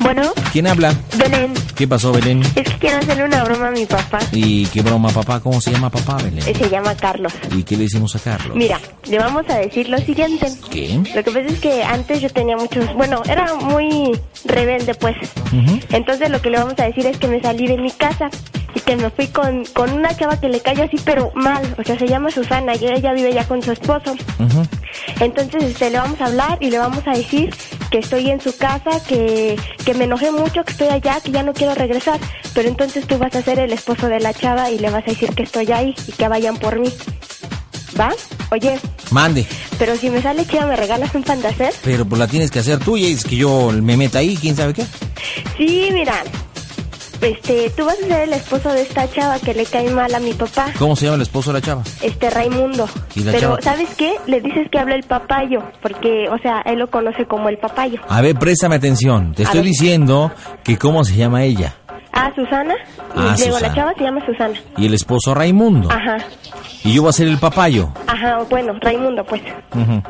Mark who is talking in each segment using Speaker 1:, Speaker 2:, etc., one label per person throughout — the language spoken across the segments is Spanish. Speaker 1: Bueno,
Speaker 2: ¿Quién habla?
Speaker 1: Belén,
Speaker 2: ¿Qué pasó, Belén?
Speaker 1: es que quiero hacerle una broma a mi papá.
Speaker 2: ¿Y qué broma, papá? ¿Cómo se llama papá,
Speaker 1: Eh,
Speaker 2: Belén?
Speaker 1: Se llama Carlos.
Speaker 2: ¿Y qué le hicimos a Carlos?
Speaker 1: Mira, le vamos a decir lo siguiente.
Speaker 2: ¿Qué?
Speaker 1: Lo que pasa es que antes yo tenía muchos, bueno, era muy rebelde pues.
Speaker 2: Ujú.
Speaker 1: Entonces lo que le vamos a decir es que me salí de mi casa y que me fui con, con una chava que le cayó así pero mal, o sea, se llama Susana y ella vive ya con su esposo.
Speaker 2: Ujú.
Speaker 1: Entonces este, le vamos a hablar y le vamos a decir que estoy en su casa, que, que me enojé mucho, que estoy allá, que ya no quiero regresar. Pero entonces tú vas a ser el esposo de la chava y le vas a decir que estoy ahí y que vayan por mí. ¿Va? Oye,
Speaker 2: Mande.
Speaker 1: pero si me sale chida, ¿me regalas un fantaser?
Speaker 2: Pero pues la tienes que hacer tú y es que yo me meta ahí, quién sabe qué.
Speaker 1: Sí, mira. Este, tú vas a ser el esposo de esta chava que le cae mal a mi papá,
Speaker 2: ¿Cómo se llama el esposo de la chava?
Speaker 1: este Raimundo.
Speaker 2: ¿Y la
Speaker 1: Pero,
Speaker 2: chava?
Speaker 1: ¿sabes qué? Le dices que habla el papayo, porque, o sea, él lo conoce como el papayo.
Speaker 2: A ver, préstame atención. Te
Speaker 1: A
Speaker 2: estoy
Speaker 1: ver.
Speaker 2: diciendo que cómo se llama ella.
Speaker 1: Ah, Susana.
Speaker 2: Ah,
Speaker 1: Digo,
Speaker 2: Susana.
Speaker 1: la chava se llama Susana.
Speaker 2: Y el esposo Raimundo.
Speaker 1: Ajá,
Speaker 2: Y yo voy a ser el papayo.
Speaker 1: ajá, bueno, Raimundo, pues.
Speaker 2: Ujú.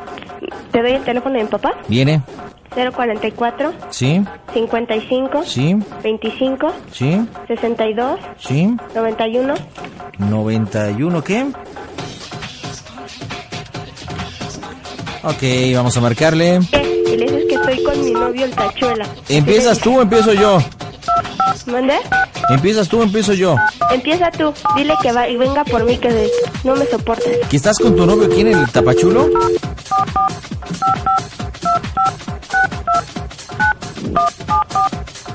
Speaker 1: Te doy el teléfono de mi papá.
Speaker 2: ¿Viene?
Speaker 1: 044
Speaker 2: ¿Sí?
Speaker 1: 55
Speaker 2: ¿Sí?
Speaker 1: 25
Speaker 2: ¿Sí?
Speaker 1: 62
Speaker 2: ¿Sí?
Speaker 1: 91.
Speaker 2: ¿91 qué? Ok, vamos a marcarle.
Speaker 1: ¿Qué? Y le dices que estoy con mi novio el Tachuela.
Speaker 2: ¿Empiezas tú o empiezo yo?
Speaker 1: ¿Mande?
Speaker 2: ¿Empiezas tú o empiezo yo?
Speaker 1: Empieza tú. Dile que va y venga por mí que de- no me soportas.
Speaker 2: ¿Que estás con tu novio aquí en el tapachulo?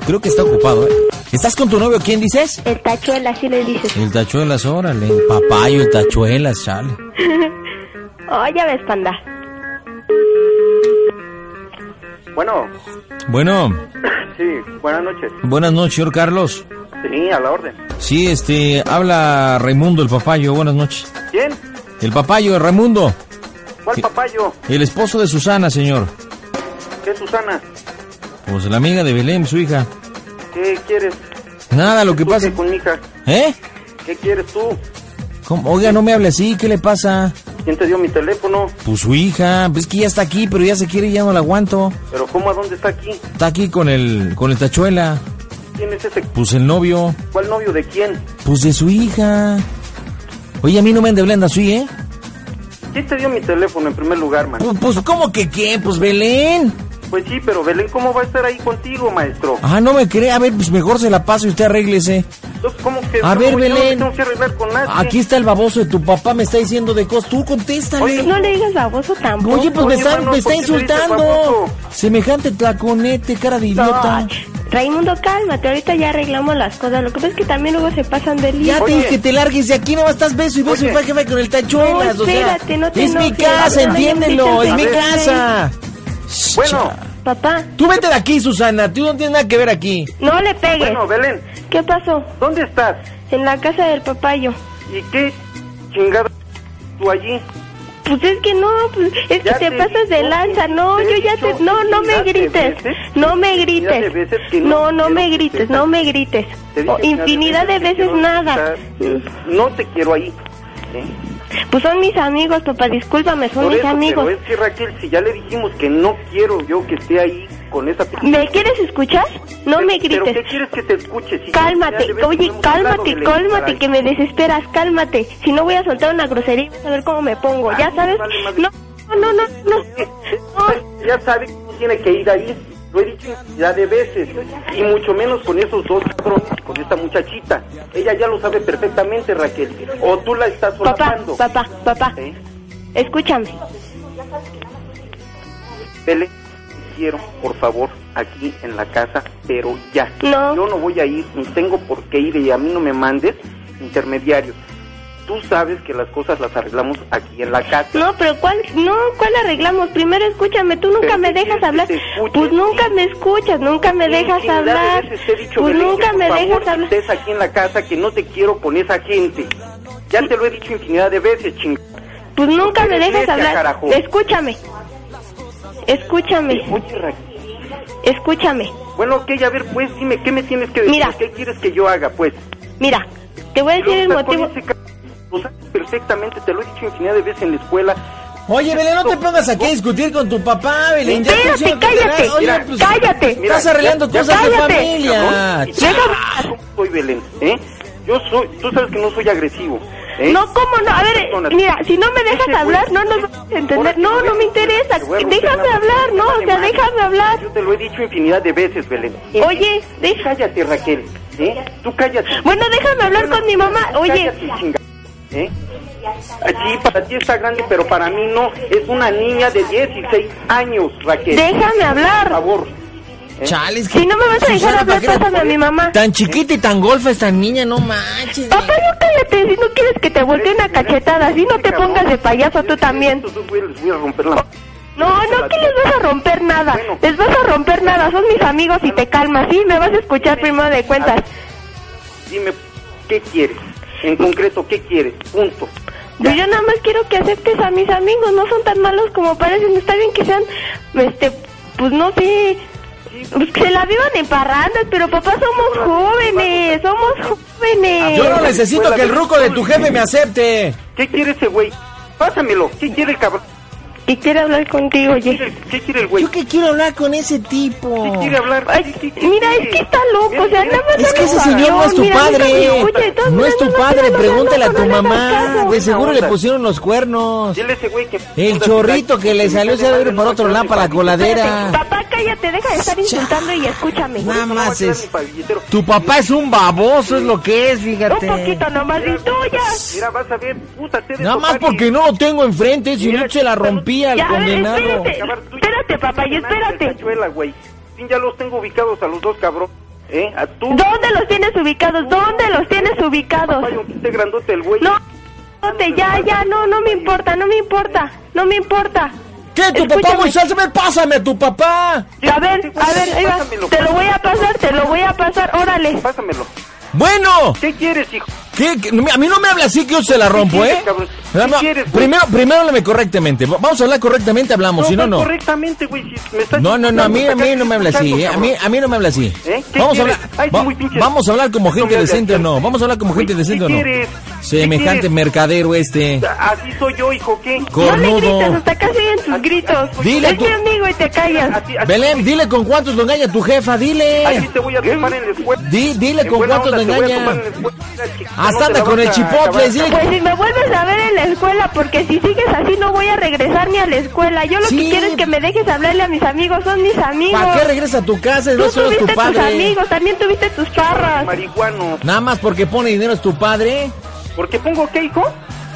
Speaker 2: Creo que está ocupado, ¿eh? ¿Estás con tu novio quién dices?
Speaker 1: El Tachuela, así le dices.
Speaker 2: El tachuelas, órale. El papayo, el tachuelas, chale.
Speaker 1: Oh, ya ves, panda.
Speaker 3: Bueno,
Speaker 2: Bueno,
Speaker 3: sí, buenas noches.
Speaker 2: buenas noches, señor Carlos.
Speaker 3: Sí, a la orden.
Speaker 2: Sí, este, habla Raimundo, el papayo, buenas noches.
Speaker 3: ¿Quién?
Speaker 2: El papayo, Raimundo,
Speaker 3: ¿Cuál papayo?
Speaker 2: el esposo de Susana, señor.
Speaker 3: ¿Qué Susana?
Speaker 2: Pues la amiga de Belén, su hija.
Speaker 3: ¿Qué quieres?
Speaker 2: Nada, lo que
Speaker 3: ¿Tú
Speaker 2: pasa...
Speaker 3: qué con mi hija?
Speaker 2: ¿Eh?
Speaker 3: ¿Qué quieres tú?
Speaker 2: ¿Cómo? Oiga, no me hable así, ¿qué le pasa?
Speaker 3: ¿Quién te dio mi teléfono?
Speaker 2: Pues su hija, pues es que ya está aquí, pero ya se quiere y ya no la aguanto.
Speaker 3: ¿Pero cómo a dónde está aquí?
Speaker 2: Está aquí con el, con el tachuela.
Speaker 3: ¿Quién es ese?
Speaker 2: Pues el novio,
Speaker 3: ¿Cuál novio de quién?
Speaker 2: pues de su hija. Oye, a mí no me ande hablando así, ¿eh?
Speaker 3: ¿Quién te dio mi teléfono en primer lugar, man?
Speaker 2: Pues, pues, ¿cómo que qué? Pues Belén.
Speaker 3: Pues sí, pero Belén, ¿cómo va a estar ahí contigo, maestro?
Speaker 2: Ah, no me cree. A ver, pues mejor se la paso y usted arréglese.
Speaker 3: Entonces, ¿Cómo que
Speaker 2: A
Speaker 3: no,
Speaker 2: ver,
Speaker 3: yo no me
Speaker 2: Belén.
Speaker 3: tengo que arreglar con nadie.
Speaker 2: Aquí está el baboso de tu papá, me está diciendo de cosas. Tú
Speaker 1: Pues
Speaker 2: contéstale.
Speaker 1: No le digas baboso tampoco.
Speaker 2: Oye, pues me
Speaker 3: Oye,
Speaker 2: está,
Speaker 3: mano,
Speaker 2: me está
Speaker 3: ¿por qué le dices
Speaker 2: insultando.
Speaker 3: baboso?
Speaker 2: Semejante tlaconete, cara de idiota.
Speaker 1: Ay, Raimundo, cálmate. Ahorita ya arreglamos las cosas. Lo que pasa es que también luego se pasan del
Speaker 2: Ya te
Speaker 1: lío.
Speaker 3: Oye.
Speaker 2: dije que te largues de aquí, no estás beso y beso y
Speaker 3: Oye.
Speaker 2: faje, faje con el tachuelas.
Speaker 1: No,
Speaker 2: o sea,
Speaker 1: espérate, no te
Speaker 2: es mi
Speaker 1: enojes.
Speaker 2: casa,
Speaker 1: Ahorita ya
Speaker 2: entiéndelo, es
Speaker 1: empiezas
Speaker 2: mi
Speaker 3: a
Speaker 1: ver.
Speaker 2: casa.
Speaker 3: Bueno,
Speaker 1: Papá,
Speaker 2: Tú vete de aquí, Susana, tú no tienes nada que ver aquí.
Speaker 1: no le pegues.
Speaker 3: bueno, Belén,
Speaker 1: ¿Qué pasó?
Speaker 3: ¿dónde estás?
Speaker 1: En la casa del papayo.
Speaker 3: ¿Y qué chingada tú allí?
Speaker 1: Pues es que no, pues es que
Speaker 3: Ya
Speaker 1: te,
Speaker 3: te-
Speaker 1: pasas de
Speaker 3: no,
Speaker 1: lanza. No,
Speaker 3: te he
Speaker 1: yo ya
Speaker 3: dicho
Speaker 1: te. No, no me
Speaker 3: infinidad de
Speaker 1: grites.
Speaker 3: veces,
Speaker 1: No me
Speaker 3: infinidad de
Speaker 1: grites.
Speaker 3: veces que
Speaker 1: No,
Speaker 3: no
Speaker 1: no
Speaker 3: quiero
Speaker 1: me
Speaker 3: que
Speaker 1: grites.
Speaker 3: estés
Speaker 1: No
Speaker 3: aquí.
Speaker 1: me grites.
Speaker 3: Te dije
Speaker 1: O
Speaker 3: que
Speaker 1: Infinidad de
Speaker 3: te
Speaker 1: veces
Speaker 3: quiero
Speaker 1: nada.
Speaker 3: estar- No te quiero ahí. ¿eh?
Speaker 1: Pues son mis amigos, papá. Discúlpame, son
Speaker 3: Por
Speaker 1: mis
Speaker 3: eso,
Speaker 1: amigos.
Speaker 3: Pero es que Raquel, si ya le dijimos que no quiero yo que esté ahí con esa...
Speaker 1: ¿Me quieres escuchar? No me grites.
Speaker 3: Pero- ¿Pero qué quieres que te escuche? Si
Speaker 1: Cálmate,
Speaker 3: ya le ves que
Speaker 1: oye,
Speaker 3: hemos hablado,
Speaker 1: cálmate,
Speaker 3: Belén,
Speaker 1: cálmate,
Speaker 3: caray.
Speaker 1: que me desesperas, cálmate. Si no voy a soltar una grosería, y vas a ver cómo me pongo, ya
Speaker 3: Ay,
Speaker 1: sabes.
Speaker 3: vale, madre.
Speaker 1: No, no, no, no. no.
Speaker 3: Ya sabe que no tiene que ir ahí. Lo he dicho infinidad de veces. Y mucho menos con esos dos cabrones, con esta muchachita. Ella ya lo sabe perfectamente, Raquel. O tú la estás
Speaker 1: Papá,
Speaker 3: solapando.
Speaker 1: papá, papá,
Speaker 3: ¿eh?
Speaker 1: escúchame.
Speaker 3: Belén, te quiero, por favor, aquí en la casa, pero ya.
Speaker 1: No.
Speaker 3: Yo no voy a ir, ni tengo por qué ir y a mí no me mandes intermediarios. Tú sabes que las cosas las arreglamos aquí en la casa.
Speaker 1: No, pero ¿cuál? No, ¿cuál arreglamos? Primero escúchame, tú nunca
Speaker 3: Pero
Speaker 1: me
Speaker 3: ¿qué
Speaker 1: dejas
Speaker 3: quieres que
Speaker 1: hablar.
Speaker 3: te escuche?
Speaker 1: Pues nunca me escuchas, nunca me dejas
Speaker 3: Infinidad de
Speaker 1: hablar.
Speaker 3: veces te he dicho,
Speaker 1: Pues
Speaker 3: Belén,
Speaker 1: nunca
Speaker 3: que
Speaker 1: me
Speaker 3: por favor
Speaker 1: dejas hablar.
Speaker 3: estés aquí en la casa que no te quiero con esa gente. Ya te lo he dicho infinidad de veces, ching.
Speaker 1: Pues nunca me
Speaker 3: eres
Speaker 1: dejas
Speaker 3: necia,
Speaker 1: hablar.
Speaker 3: carajo.
Speaker 1: Escúchame. Escúchame,
Speaker 3: Oye, Raquel.
Speaker 1: escúchame.
Speaker 3: Bueno, ok, a ver, pues dime, ¿qué me tienes que decir?
Speaker 1: Mira.
Speaker 3: ¿Qué quieres que yo haga, pues?
Speaker 1: Mira, te voy a decir el
Speaker 3: Pero, o sea, con
Speaker 1: motivo.
Speaker 3: ese ca- Lo sabes perfectamente, te lo he dicho infinidad de veces en la escuela.
Speaker 2: Oye, Belén, no te pongas aquí a discutir con tu papá, Belén. Ya te
Speaker 1: oh. Espérate,
Speaker 2: pusieron que te
Speaker 1: cállate,
Speaker 2: das- oye, pues,
Speaker 1: cállate.
Speaker 3: mira,
Speaker 2: Estás arreglando
Speaker 3: ya-
Speaker 2: cosas de
Speaker 1: cállate.
Speaker 2: familia.
Speaker 3: Cabrón,
Speaker 1: Deja-
Speaker 3: ¿cómo soy Belén, ¿eh? Yo soy, tú sabes que no soy agresivo, ¿eh?
Speaker 1: No, ¿cómo no? A ver,
Speaker 3: Personas.
Speaker 1: mira, si no me
Speaker 3: Ese
Speaker 1: dejas
Speaker 3: güey-
Speaker 1: hablar, no nos vamos a
Speaker 3: Ahora
Speaker 1: entender.
Speaker 3: te
Speaker 1: No,
Speaker 3: voy a-
Speaker 1: no me interesa.
Speaker 3: te voy a romper
Speaker 1: Déjame
Speaker 3: la-
Speaker 1: hablar, no, o sea,
Speaker 3: Vale,
Speaker 1: déjame
Speaker 3: madre.
Speaker 1: hablar.
Speaker 3: Yo te lo he dicho infinidad de veces, Belén.
Speaker 1: Oye, deja.
Speaker 3: Cállate, Raquel, ¿eh? Tú cállate.
Speaker 1: Bueno, déjame hablar con mi mamá. Oye,
Speaker 3: Cállate, chinga- ¿eh? Sí, para ti está grande, pero para mí no. Es una niña de 16 años, Raquel.
Speaker 1: déjame
Speaker 3: Por
Speaker 1: hablar.
Speaker 3: favor.
Speaker 2: Chales,
Speaker 1: Si no me vas a dejar
Speaker 2: Susana,
Speaker 1: hablar,
Speaker 2: ¿para qué la-
Speaker 1: pásame a mi mamá.
Speaker 2: Tan chiquita y tan golfa esta niña, no manches.
Speaker 1: Papá, no cállate, si no quieres que te voltee una cachetada, si no te pongas de payaso tú también.
Speaker 3: Estos güeyes les voy a romper la...
Speaker 1: No, no, que les vas a romper nada,
Speaker 3: Bueno.
Speaker 1: les vas a romper nada, son mis amigos y te calmas, ¿sí? Me vas a escuchar primero de cuentas.
Speaker 3: Dime, ¿qué quieres? En concreto, ¿qué quieres? Punto.
Speaker 1: Pues yo nada más quiero que aceptes a mis amigos, no son tan malos como parecen, está bien que sean, este, pues no sé, pues que se la vivan en parrandas, pero papá somos jóvenes, somos jóvenes.
Speaker 2: Yo no necesito que el ruco de tu jefe me acepte.
Speaker 3: ¿Qué quiere ese güey? Pásamelo. ¿Qué quiere el cabrón?
Speaker 1: Y quiero hablar contigo,
Speaker 3: ¿Qué
Speaker 1: oye.
Speaker 3: quiere- ¿Qué quiere el güey?
Speaker 2: que quiero hablar con ese tipo.
Speaker 3: ¿Qué quiere hablar?
Speaker 1: Ay,
Speaker 3: ¿Qué- qué- qué
Speaker 1: mira,
Speaker 3: quiere?
Speaker 1: es que está loco, o sea,
Speaker 3: Mira,
Speaker 1: nada más
Speaker 2: Es que ese
Speaker 1: habla
Speaker 2: señor no es tu
Speaker 1: mira, nunca me
Speaker 2: padre.
Speaker 1: escucha, de todas
Speaker 2: No es
Speaker 1: maneras,
Speaker 2: tu
Speaker 1: está
Speaker 2: padre,
Speaker 1: hablando,
Speaker 2: pregúntale a
Speaker 1: no
Speaker 2: tu
Speaker 1: le hagas
Speaker 2: mamá.
Speaker 1: caso.
Speaker 2: De seguro le
Speaker 3: Ahora.
Speaker 2: pusieron los cuernos.
Speaker 3: Dile a ese güey que...
Speaker 2: El chorrito que le salió se ha de ir por otro lado para la
Speaker 1: Espérate,
Speaker 2: coladera.
Speaker 1: papá, cállate, deja de estar insultando y escúchame.
Speaker 2: Nada
Speaker 3: No va a
Speaker 2: más
Speaker 3: quedar
Speaker 2: es.
Speaker 3: ni para el billetero.
Speaker 2: Tu papá es un baboso, es lo que es,
Speaker 1: Un
Speaker 2: fíjate.
Speaker 1: poquito nomás, y tú ya.
Speaker 3: Mira, vas a ver, puta, te
Speaker 2: Nada más porque no lo tengo enfrente, si no se la rompía
Speaker 1: Ya,
Speaker 2: el
Speaker 1: a ver,
Speaker 2: condenado.
Speaker 1: espérate. Espérate, papá, y espérate.
Speaker 3: Cachuela, güey. Sí, ya los tengo ubicados a los dos, cabrón. ¿Eh? A tú.
Speaker 1: ¿Dónde los tienes ubicados? ¿Dónde los tienes ubicados?
Speaker 3: Papá, y aunque esté grandote el güey.
Speaker 1: No, no te, ya, ya, no, no me importa, no me importa, no me importa.
Speaker 2: ¿Qué? ¿Tu papá
Speaker 1: Escúchame.
Speaker 2: muy salsa? Ve, Pásame a tu papá.
Speaker 1: A ver, a ver, ahí va.
Speaker 3: Pásamelo,
Speaker 1: te lo voy a pasar, te lo voy a pasar, órale.
Speaker 3: Pásamelo.
Speaker 2: Bueno,
Speaker 3: ¿Qué quieres, hijo?
Speaker 2: ¿qué- qué? a mí no me habla así que yo se la rompo,
Speaker 3: quieres,
Speaker 2: ¿eh?
Speaker 3: cabrón? ¿Qué
Speaker 2: Nada más,
Speaker 3: quieres, pues? güey?
Speaker 2: Primero, primero háblame correctamente. Va- Vamos a hablar correctamente, hablamos, si no,
Speaker 3: pues,
Speaker 2: no.
Speaker 3: Correctamente, güey. Si me estás
Speaker 2: No, no, no, a mí, a mí no me habla así,
Speaker 3: escuchando,
Speaker 2: ¿eh? a, mí,
Speaker 3: cabrón.
Speaker 2: a mí no me habla así.
Speaker 3: ¿Eh? ¿Qué
Speaker 2: Vamos a
Speaker 3: quieres?
Speaker 2: hablar,
Speaker 3: Ay,
Speaker 2: va-
Speaker 3: sí, muy pinche.
Speaker 2: vamos a hablar como
Speaker 3: No
Speaker 2: gente
Speaker 3: me hables
Speaker 2: decente o
Speaker 3: así.
Speaker 2: no, vamos a hablar como gente
Speaker 3: Güey,
Speaker 2: decente
Speaker 3: ¿qué
Speaker 2: o no.
Speaker 3: quieres? ¿Qué
Speaker 2: Semejante
Speaker 3: quieres?
Speaker 2: mercadero este,
Speaker 3: Así soy yo, hijo, ¿qué?
Speaker 1: No le gritas,
Speaker 2: cornudo.
Speaker 1: hasta acá se oyen tus gritos.
Speaker 2: Dile
Speaker 1: es
Speaker 2: tú-
Speaker 1: mi amigo y te callas.
Speaker 3: Así, así,
Speaker 2: Belén, dile con cuántos lo engaña tu jefa,
Speaker 3: así
Speaker 2: dile.
Speaker 3: te voy a tomar en la escuela.
Speaker 2: Di- dile
Speaker 3: En
Speaker 2: con
Speaker 3: buena
Speaker 2: cuántos
Speaker 3: onda
Speaker 2: lo
Speaker 3: te voy a
Speaker 2: engaña.
Speaker 3: tomar en la escuela, chiquita, no te
Speaker 2: Hasta anda
Speaker 3: la
Speaker 2: con
Speaker 3: vas
Speaker 2: el
Speaker 3: a
Speaker 2: chipotle,
Speaker 3: acabar.
Speaker 2: dile.
Speaker 1: Pues si me vuelves a ver en la escuela, porque si sigues así no voy a regresar ni a la escuela. Yo lo
Speaker 2: Sí.
Speaker 1: que quiero es que me dejes hablarle a mis amigos, son mis amigos.
Speaker 2: ¿Para qué regresa a tu casa? No
Speaker 1: Tú
Speaker 2: solo es tu
Speaker 1: tuviste tus
Speaker 2: padre.
Speaker 1: amigos, también tuviste tus parras.
Speaker 3: Marihuano.
Speaker 2: Nada más porque pone dinero es tu padre.
Speaker 3: Porque pongo qué, hijo?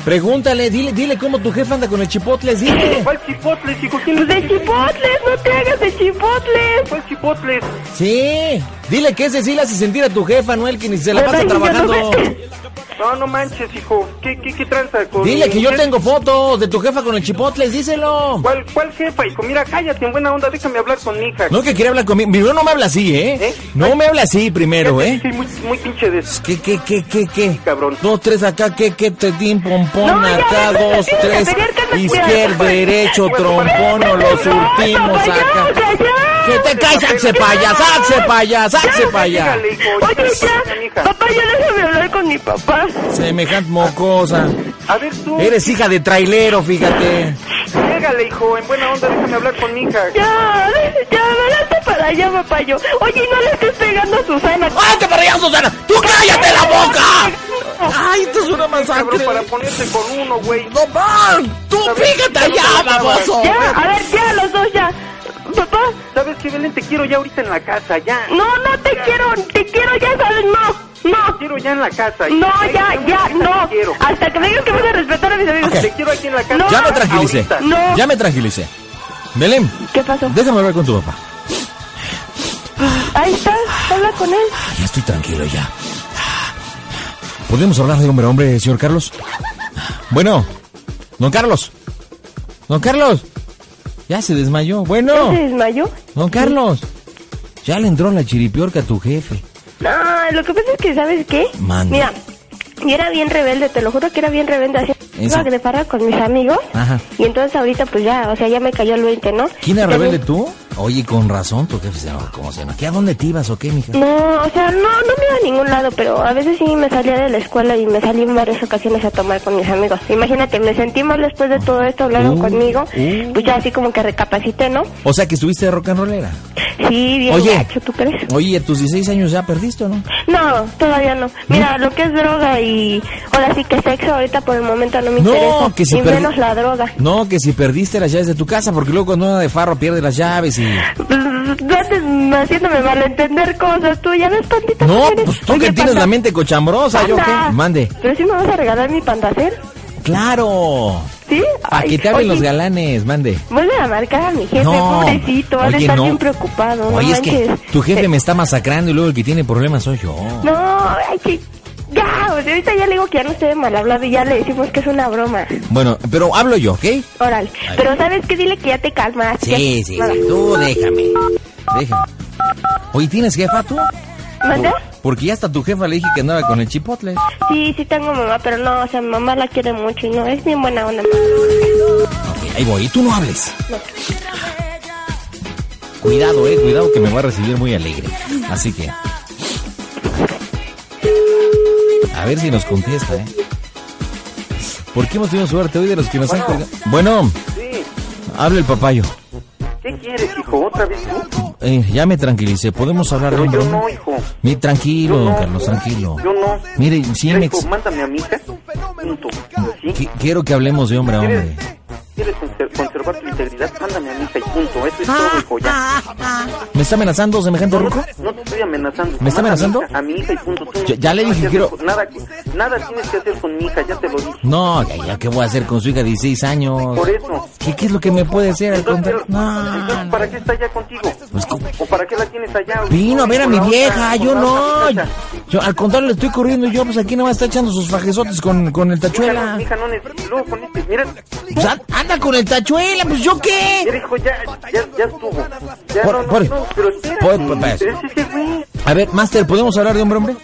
Speaker 2: Pregúntale, dile, dile cómo tu jefa anda con el chipotle, dile.
Speaker 3: ¿Cuál chipotles, hijo? ¿Quién
Speaker 1: Pues
Speaker 3: es
Speaker 1: de chipotles, no te hagas de chipotles.
Speaker 3: ¿Cuál chipotles?
Speaker 2: Sí, dile que ese sí le hace sentir a tu jefa, Noel, que ni se la pasa
Speaker 1: Ay,
Speaker 2: trabajando.
Speaker 1: ya no me-
Speaker 3: No, no manches, hijo. ¿Qué, qué, qué tranza con
Speaker 2: Dile que yo
Speaker 3: ¿Qué-
Speaker 2: tengo fotos de tu jefa con el chipotle, díselo.
Speaker 3: ¿Cuál, ¿Cuál jefa, hijo? Mira, cállate, en buena onda, déjame hablar con mi hija.
Speaker 2: No que quiere hablar conmigo. Primero no me habla así, ¿eh?
Speaker 3: ¿Eh?
Speaker 2: No me habla así primero, ¿eh?
Speaker 3: Soy muy, muy pinche de...
Speaker 2: ¿Qué, qué, qué, qué, qué?
Speaker 3: Cabrón.
Speaker 2: Dos, tres acá, ¿qué, qué? Te din, pompón,
Speaker 1: No, ya,
Speaker 2: acá,
Speaker 1: ya, ya,
Speaker 2: dos,
Speaker 1: ya, ya,
Speaker 2: tres.
Speaker 1: ya, ya, ya, ya,
Speaker 2: Izquierdo,
Speaker 1: ya, ya,
Speaker 2: derecho,
Speaker 1: Pues,
Speaker 3: ya, ya,
Speaker 2: trompón,
Speaker 3: ya,
Speaker 2: nos los
Speaker 1: ya, ya,
Speaker 2: surtimos
Speaker 1: pues, ya,
Speaker 2: acá.
Speaker 1: ya, Pues, ya.
Speaker 2: Que te caes, saxe pa' allá, saxe pa' allá, saxe pa' allá.
Speaker 3: Dígale, hijo,
Speaker 1: Oye,
Speaker 3: dígale a mi
Speaker 1: ya,
Speaker 3: hija.
Speaker 1: papá, ya déjame hablar con mi papá.
Speaker 2: Semejante mocosa.
Speaker 3: A ver tú,
Speaker 2: Eres hija de trailero, fíjate.
Speaker 3: llégale, hijo, en buena onda, déjame hablar con mi hija.
Speaker 1: Ya, ya, vete para allá, papá, yo. Oye, no le estés pegando a Susana.
Speaker 2: ¡Ándate para allá, Susana! ¡Tú cállate la boca! ¡Ay, esto es una
Speaker 3: Cabrón,
Speaker 2: masacre!
Speaker 3: para ponerte con uno, güey.
Speaker 2: ¡No, man! ¡Tú fíjate allá, baboso!
Speaker 1: Ya, a ver, ya, los dos, ya. Papá,
Speaker 3: ¿Sabes qué, Belén? Te quiero ya ahorita en la casa, ya.
Speaker 1: no, no te quiero, te quiero, ya sabes, no,
Speaker 3: Te
Speaker 1: no.
Speaker 3: quiero ya en la casa. hijo.
Speaker 1: No,
Speaker 3: Ahí
Speaker 1: ya,
Speaker 3: tengo
Speaker 1: ya,
Speaker 3: mi hija,
Speaker 1: no.
Speaker 3: Te quiero.
Speaker 1: Hasta que me digas que vas a respetar a mis amigos.
Speaker 2: Ok.
Speaker 3: Te quiero aquí en la casa.
Speaker 1: No.
Speaker 2: Ah, Ya me tranquilicé.
Speaker 3: Ahorita.
Speaker 1: No.
Speaker 2: Ya me tranquilicé. Belén,
Speaker 1: ¿Qué pasó?
Speaker 2: déjame hablar con tu papá.
Speaker 1: Ahí está, habla con él.
Speaker 2: Ay, Ah, ya estoy tranquilo ya. ¿Podemos hablar de hombre a hombre, señor Carlos? Bueno, don Carlos. Don Carlos. Ya se desmayó. Bueno,
Speaker 1: ¿Ya se desmayó?
Speaker 2: don Carlos. Ya le entró la chiripiorca a tu jefe.
Speaker 1: No, lo que Ah, pasa es que, ¿sabes qué?
Speaker 2: Mande.
Speaker 1: Mira, yo era bien rebelde, te lo juro que era bien rebelde. Así,
Speaker 2: Eso.
Speaker 1: iba de farra con mis amigos.
Speaker 2: Ajá.
Speaker 1: Y entonces ahorita pues ya, o sea, ya me cayó el 20, ¿no?
Speaker 2: ¿Quién
Speaker 1: Y
Speaker 2: es
Speaker 1: también-
Speaker 2: rebelde tú? Oye, con razón, tu jefe se enoja. ¿Cómo se enoja? ¿Qué, ¿A dónde te ibas o qué, mija?
Speaker 1: No, o sea, no, no me iba a ningún lado, pero a veces sí me salía de la escuela y me salí en varias ocasiones a tomar con mis amigos. Imagínate, me sentí mal después de todo esto, hablaron
Speaker 2: Uh,
Speaker 1: conmigo,
Speaker 2: uh.
Speaker 1: pues ya así como que recapacité, ¿no?
Speaker 2: O sea, que estuviste de rock and rollera.
Speaker 1: Sí, bien
Speaker 2: Oye.
Speaker 1: gacho, ¿tú crees?
Speaker 2: Oye, a tus 16 años ya perdiste, ¿o ¿no?
Speaker 1: No, todavía no. Mira, lo que es droga y ahora sí que sexo ahorita por el momento no me
Speaker 2: No,
Speaker 1: interesa,
Speaker 2: que si
Speaker 1: y
Speaker 2: perdi-
Speaker 1: menos la droga.
Speaker 2: No, que si perdiste las llaves de tu casa, porque luego cuando uno de farro pierde las llaves y...
Speaker 1: Pues, no andes haciéndome malentender cosas, tú ya ves pandita.
Speaker 2: No,
Speaker 1: eres?
Speaker 2: pues tú
Speaker 1: Oye,
Speaker 2: que tienes
Speaker 1: panda,
Speaker 2: la mente cochambrosa, ¿yo
Speaker 1: panda,
Speaker 2: qué? Mande.
Speaker 1: ¿Pero si me vas a regalar mi pandacer?
Speaker 2: ¡Claro!
Speaker 1: ¿Sí?
Speaker 2: A
Speaker 1: Ay,
Speaker 2: que te hablen
Speaker 1: oye,
Speaker 2: los galanes, mande.
Speaker 1: Vuelve a marcar a mi jefe,
Speaker 2: No,
Speaker 1: pobrecito, va a
Speaker 2: oye,
Speaker 1: estar
Speaker 2: no.
Speaker 1: bien preocupado.
Speaker 2: Oye,
Speaker 1: no
Speaker 2: es que
Speaker 1: manches.
Speaker 2: tu jefe
Speaker 1: Eh,
Speaker 2: me está masacrando y luego el que tiene problemas soy yo.
Speaker 1: No, ay, que... Ya, o sea, ahorita ya le digo que ya no esté de mal hablado y ya le decimos que es una broma.
Speaker 2: Bueno, pero hablo yo, ¿ok?
Speaker 1: Órale.
Speaker 2: Ay.
Speaker 1: Pero ¿sabes qué? Dile que ya te calmas. ya-
Speaker 2: Sí, sí, sí,
Speaker 1: Nada.
Speaker 2: tú déjame. Déjame. Oye, ¿tienes jefa tú?
Speaker 1: ¿Mande?
Speaker 2: Por- Porque ya hasta tu jefa le dije que andaba con el chipotle.
Speaker 1: Sí, sí tengo mamá, pero no, o sea, mi mamá la quiere mucho y no, es bien buena onda.
Speaker 2: Ok, ahí voy, y tú no hables. Cuidado, eh, cuidado que me va a recibir muy alegre. Así que. A ver si nos contesta, eh. ¿Por qué hemos tenido suerte hoy de los que nos han colgado? Bueno,
Speaker 3: Sí,
Speaker 2: habla el papayo.
Speaker 3: ¿qué quieres, hijo? ¿Otra vez tú?
Speaker 2: Eh, ya me tranquilicé, podemos hablar de
Speaker 3: Pero
Speaker 2: un
Speaker 3: yo
Speaker 2: broma?
Speaker 3: no, hijo.
Speaker 2: Mi tranquilo,
Speaker 3: Yo
Speaker 2: don
Speaker 3: no.
Speaker 2: Carlos, tranquilo.
Speaker 3: Yo no.
Speaker 2: Mire, sí
Speaker 3: Mira,
Speaker 2: me
Speaker 3: hijo,
Speaker 2: ex-
Speaker 3: mándame a mi hija. Punto. ¿Sí?
Speaker 2: qui- quiero que hablemos de hombre a hombre.
Speaker 3: ¿Quieres, quieres conser- conservar tu integridad? Mándame a mi hija y punto. Eso es todo,
Speaker 2: Ah,
Speaker 3: hijo, ya.
Speaker 2: ¿Me está amenazando semejante
Speaker 3: No,
Speaker 2: ruco?
Speaker 3: no te estoy amenazando.
Speaker 2: ¿Me está
Speaker 3: Mándame a mi
Speaker 2: amenazando?
Speaker 3: hija- A mi hija y punto. Tú no-
Speaker 2: Ya- ya le
Speaker 3: no
Speaker 2: dije,
Speaker 3: tienes
Speaker 2: quiero-
Speaker 3: que- Nada, nada tienes que hacer con mi hija, ya te lo dije.
Speaker 2: No, ya, ya, ¿qué voy a hacer con su hija de 16 años?
Speaker 3: Por eso.
Speaker 2: ¿Qué, qué es lo que me puede hacer al
Speaker 3: Entonces,
Speaker 2: contrario? No,
Speaker 3: entonces,
Speaker 2: no.
Speaker 3: ¿para qué está allá contigo?
Speaker 2: Pues, ¿cómo?
Speaker 3: ¿O para qué la tienes allá?
Speaker 2: Vino a ver a
Speaker 3: Con
Speaker 2: mi
Speaker 3: la otra-
Speaker 2: vieja,
Speaker 3: con
Speaker 2: yo
Speaker 3: la
Speaker 2: no.
Speaker 3: otra muchacha.
Speaker 2: Yo, al contrario, le estoy corriendo yo, pues aquí nomás está echando sus fajesotes con, con el
Speaker 3: Mija, no,
Speaker 2: tachuela.
Speaker 3: mija, no neces- luego con este, mira,
Speaker 2: Pues an- anda con el tachuela, pues yo qué.
Speaker 3: mira, hijo, ya, ya, ya estuvo. Ya,
Speaker 2: Por-
Speaker 3: no, no,
Speaker 2: por-
Speaker 3: no, pero espérate,
Speaker 2: por- por- por-
Speaker 3: pero es ese güey.
Speaker 2: A ver, Master, ¿podemos hablar de hombre, hombre?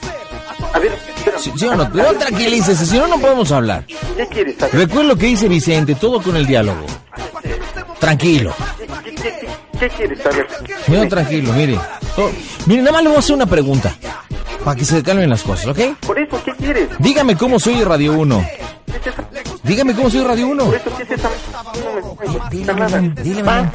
Speaker 3: A ver, espera.
Speaker 2: Sí, sí o no, pero tranquilícese, si no, no podemos hablar.
Speaker 3: ¿Qué quieres saber?
Speaker 2: Recuerda lo que dice Vicente, todo con el diálogo. Tranquilo.
Speaker 3: ¿Qué, qué- qué- qué quieres saber?
Speaker 2: Mira, tranquilo, mire. Oh, mire, nada más le voy a hacer una pregunta. Para que se calmen las cosas, ¿ok?
Speaker 3: Por eso, ¿qué quieres?
Speaker 2: Dígame cómo soy Radio 1.
Speaker 3: ¿Qué es esa-
Speaker 2: Dígame cómo soy Radio 1.
Speaker 3: Por eso, ¿qué es esa? Tú no me puedes
Speaker 2: Dile,
Speaker 3: contestar nada.
Speaker 2: Belén, dile, Belén.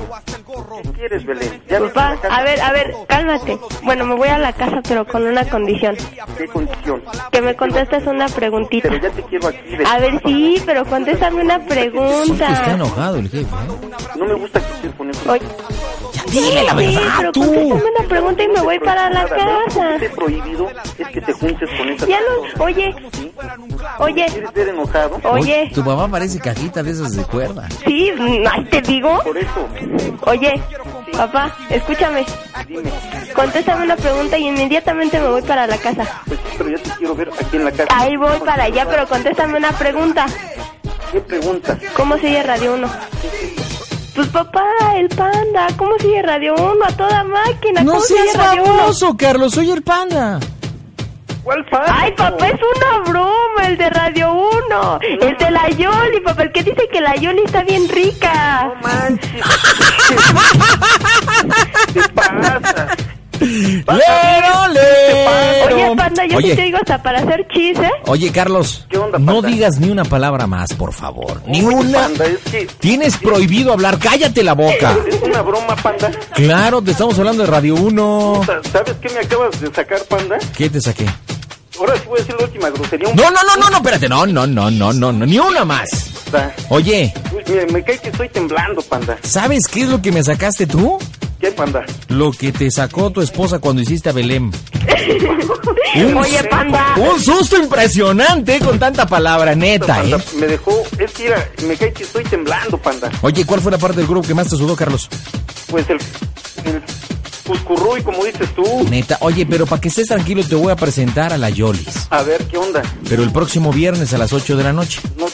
Speaker 3: ¿Qué quieres, Belén? Ya viste
Speaker 1: Papá,
Speaker 3: la casa.
Speaker 1: a ver, a ver, cálmate. Bueno, me voy a la casa, pero con una condición.
Speaker 3: ¿Qué condición?
Speaker 1: Que me contestes una preguntita.
Speaker 3: Pero ya te quiero aquí.
Speaker 1: A
Speaker 3: Belén.
Speaker 1: ver, sí, pero contéstame una
Speaker 2: Está
Speaker 1: pregunta.
Speaker 2: enojado el jefe. ¿eh?
Speaker 3: No me gusta que estés poniendo...
Speaker 1: Oye,
Speaker 2: Ya, dile la
Speaker 1: sí,
Speaker 2: verdad,
Speaker 1: pero
Speaker 2: tú.
Speaker 1: contéstame una pregunta y me voy para la
Speaker 3: Lo
Speaker 1: casa.
Speaker 3: que esté prohibido es que te juntes con esas
Speaker 1: Ya
Speaker 3: personas.
Speaker 1: no, oye, oye,
Speaker 3: ¿Quieres ser enojado?
Speaker 1: oye,
Speaker 2: Tu mamá parece cajita de esas de cuerda.
Speaker 1: sí, ay, te digo.
Speaker 3: Por eso,
Speaker 1: Oye, papá, escúchame.
Speaker 3: dime,
Speaker 1: Contéstame una pregunta y inmediatamente me voy para la casa.
Speaker 3: pues sí, pero ya te quiero ver aquí en la casa.
Speaker 1: Ahí voy para allá, pero contéstame una pregunta.
Speaker 3: ¿Qué preguntas?
Speaker 1: ¿Cómo sigue Radio 1? Pues papá, el panda, ¿cómo sigue Radio 1? A toda máquina, ¿cómo
Speaker 2: No
Speaker 1: sigue
Speaker 2: seas
Speaker 1: Radio 1?
Speaker 2: baboso, Carlos. Soy el panda.
Speaker 3: ¿Cuál pasa?
Speaker 1: Ay, papá, es una broma el de Radio 1. El de la Yoli, papá, el que dice que la Yoli está bien rica.
Speaker 3: No manches. ¿Qué pasa?
Speaker 2: Lero,
Speaker 1: Oye,
Speaker 2: lero.
Speaker 1: panda, yo sí te
Speaker 2: Oye,
Speaker 1: digo hasta para hacer chis, ¿eh?
Speaker 2: oye, Carlos.
Speaker 3: ¿Qué onda,
Speaker 2: No
Speaker 3: panda?
Speaker 2: digas ni una palabra más, por favor. Ni una.
Speaker 3: Panda, es que
Speaker 2: Tienes prohibido hablar. Cállate la boca.
Speaker 3: es una broma, panda.
Speaker 2: Claro, te estamos hablando de Radio 1.
Speaker 3: ¿Sabes qué me acabas de sacar, panda?
Speaker 2: ¿Qué te saqué?
Speaker 3: Ahora sí voy a decir la última grosería. un
Speaker 2: No, no, no, no, no, espérate. No, no, no, no, no, no. Ni una más.
Speaker 3: panda.
Speaker 2: Oye,
Speaker 3: Uy, mira, me cae que estoy temblando, panda.
Speaker 2: ¿sabes qué es lo que me sacaste tú?
Speaker 3: ¿Qué, panda?
Speaker 2: Lo que te sacó tu esposa cuando hiciste a Belén. Un-
Speaker 1: Oye, panda.
Speaker 2: Un susto impresionante con tanta palabra, neta, ¿eh?
Speaker 3: Panda, me dejó, es que mira, me cae que estoy temblando, panda.
Speaker 2: Oye, ¿cuál fue la parte del grupo que más te sudó, Carlos?
Speaker 3: Pues el, el cuscurruy, como dices tú.
Speaker 2: Neta, oye, pero para que estés tranquilo te voy a presentar a la Yolis.
Speaker 3: A ver, ¿qué onda?
Speaker 2: Pero el próximo viernes a las 8 de la noche.
Speaker 3: No,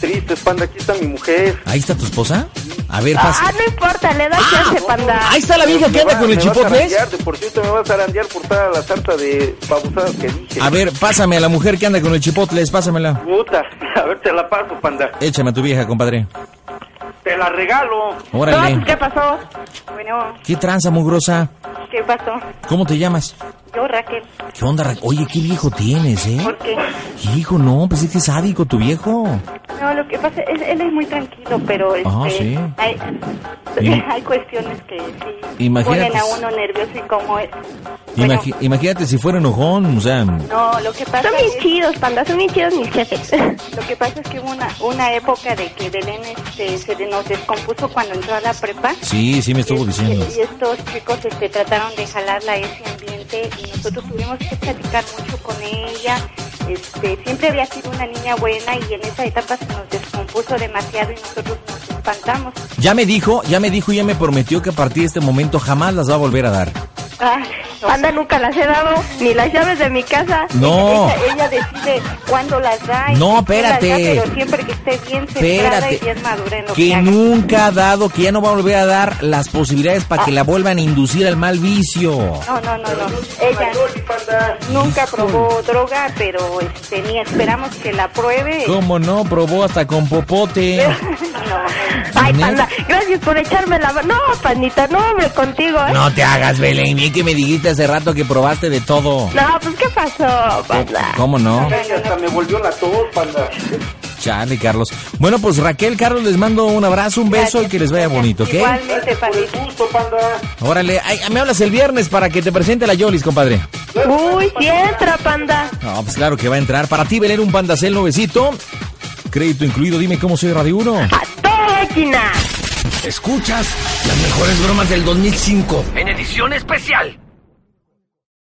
Speaker 3: tristes, panda, aquí está mi mujer.
Speaker 2: ¿Ahí está tu esposa? A ver, pasa.
Speaker 4: Ah, no importa, le da chance, panda.
Speaker 2: Ah, Ahí está la vieja que anda con el chipotles.
Speaker 3: De por cierto, me vas a arandear por toda la sarta de babosadas que dije.
Speaker 2: A ver, pásame a la mujer que anda con el chipotles, pásamela.
Speaker 3: Puta, a ver, te la paso, panda.
Speaker 2: Échame a tu vieja, compadre.
Speaker 3: Te la regalo.
Speaker 4: No,
Speaker 2: Órale.
Speaker 4: pues, ¿qué pasó? Bueno,
Speaker 2: ¿Qué tranza, mugrosa?
Speaker 4: ¿qué pasó?
Speaker 2: ¿Cómo te llamas?
Speaker 4: Yo, Raquel,
Speaker 2: ¿Qué onda? Ra- Oye, ¿qué viejo tienes, eh?
Speaker 4: ¿por qué?
Speaker 2: Hijo, no, pues es que es sádico tu viejo.
Speaker 4: No, lo que pasa es él es muy tranquilo, pero este,
Speaker 2: Ah, sí.
Speaker 4: hay,
Speaker 2: Sí.
Speaker 4: hay cuestiones que sí
Speaker 2: Imagínate.
Speaker 4: ponen a uno nervioso y como es. Bueno,
Speaker 2: Imagi- imagínate si fuera enojón, o sea...
Speaker 4: no, lo que pasa
Speaker 1: Son
Speaker 4: es
Speaker 1: bien chidos, panda, son bien chidos mis jefes.
Speaker 4: lo que pasa es que hubo una una época de que Belén este, se de- nos descompuso cuando entró a la prepa.
Speaker 2: Sí, sí me estuvo
Speaker 4: Y-
Speaker 2: diciendo.
Speaker 4: Y estos chicos este, trataron de jalarla a ese ambiente y nosotros tuvimos que platicar mucho con ella. Este, siempre había sido una niña buena y en esa etapa se nos descompuso demasiado y nosotros nos espantamos.
Speaker 2: Ya me dijo, ya me dijo, y ya me prometió que a partir de este momento jamás las va a volver a dar.
Speaker 4: Ah,
Speaker 1: Panda nunca las he dado, ni las llaves de mi casa.
Speaker 2: No,
Speaker 4: Ella, ella decide cuándo las da. y
Speaker 2: No,
Speaker 4: cuándo
Speaker 2: espérate.
Speaker 4: las da, pero siempre que esté bien centrada
Speaker 2: espérate.
Speaker 4: y bien madura en lo que,
Speaker 2: Que
Speaker 4: haga.
Speaker 2: nunca ha dado, que ya no va a volver a dar las posibilidades para que la vuelvan a inducir al mal vicio.
Speaker 4: No, no, no, no. Ella nunca probó droga, pero este, ni esperamos que la pruebe.
Speaker 2: ¿Cómo no? Probó hasta con popote.
Speaker 4: No.
Speaker 1: Ay,
Speaker 2: ¿Neta?
Speaker 1: panda, gracias por echarme la mano. No, pandita, no, hombre, contigo, ¿eh?
Speaker 2: No te hagas, Belén. Bien que me dijiste hace rato que probaste de todo.
Speaker 1: No, pues, ¿qué pasó, panda?
Speaker 2: ¿Cómo no?
Speaker 3: Ay, hasta me volvió la tos, panda.
Speaker 2: Chale, Carlos. Bueno, pues Raquel, Carlos, les mando un abrazo, un beso y que les vaya bonito, ¿ok?
Speaker 4: Igualmente,
Speaker 3: Por el
Speaker 4: Pandita.
Speaker 3: gusto, panda.
Speaker 2: Órale, ay, me hablas el viernes para que te presente la Yolis, compadre.
Speaker 1: Uy, si entra, panda.
Speaker 2: No, pues claro que va a entrar. Para ti, Belén, un pandacel nuevecito. Crédito incluido, dime cómo soy Radio 1.
Speaker 1: A toda máquina.
Speaker 5: Escuchas las mejores bromas del 2005.
Speaker 6: en edición especial.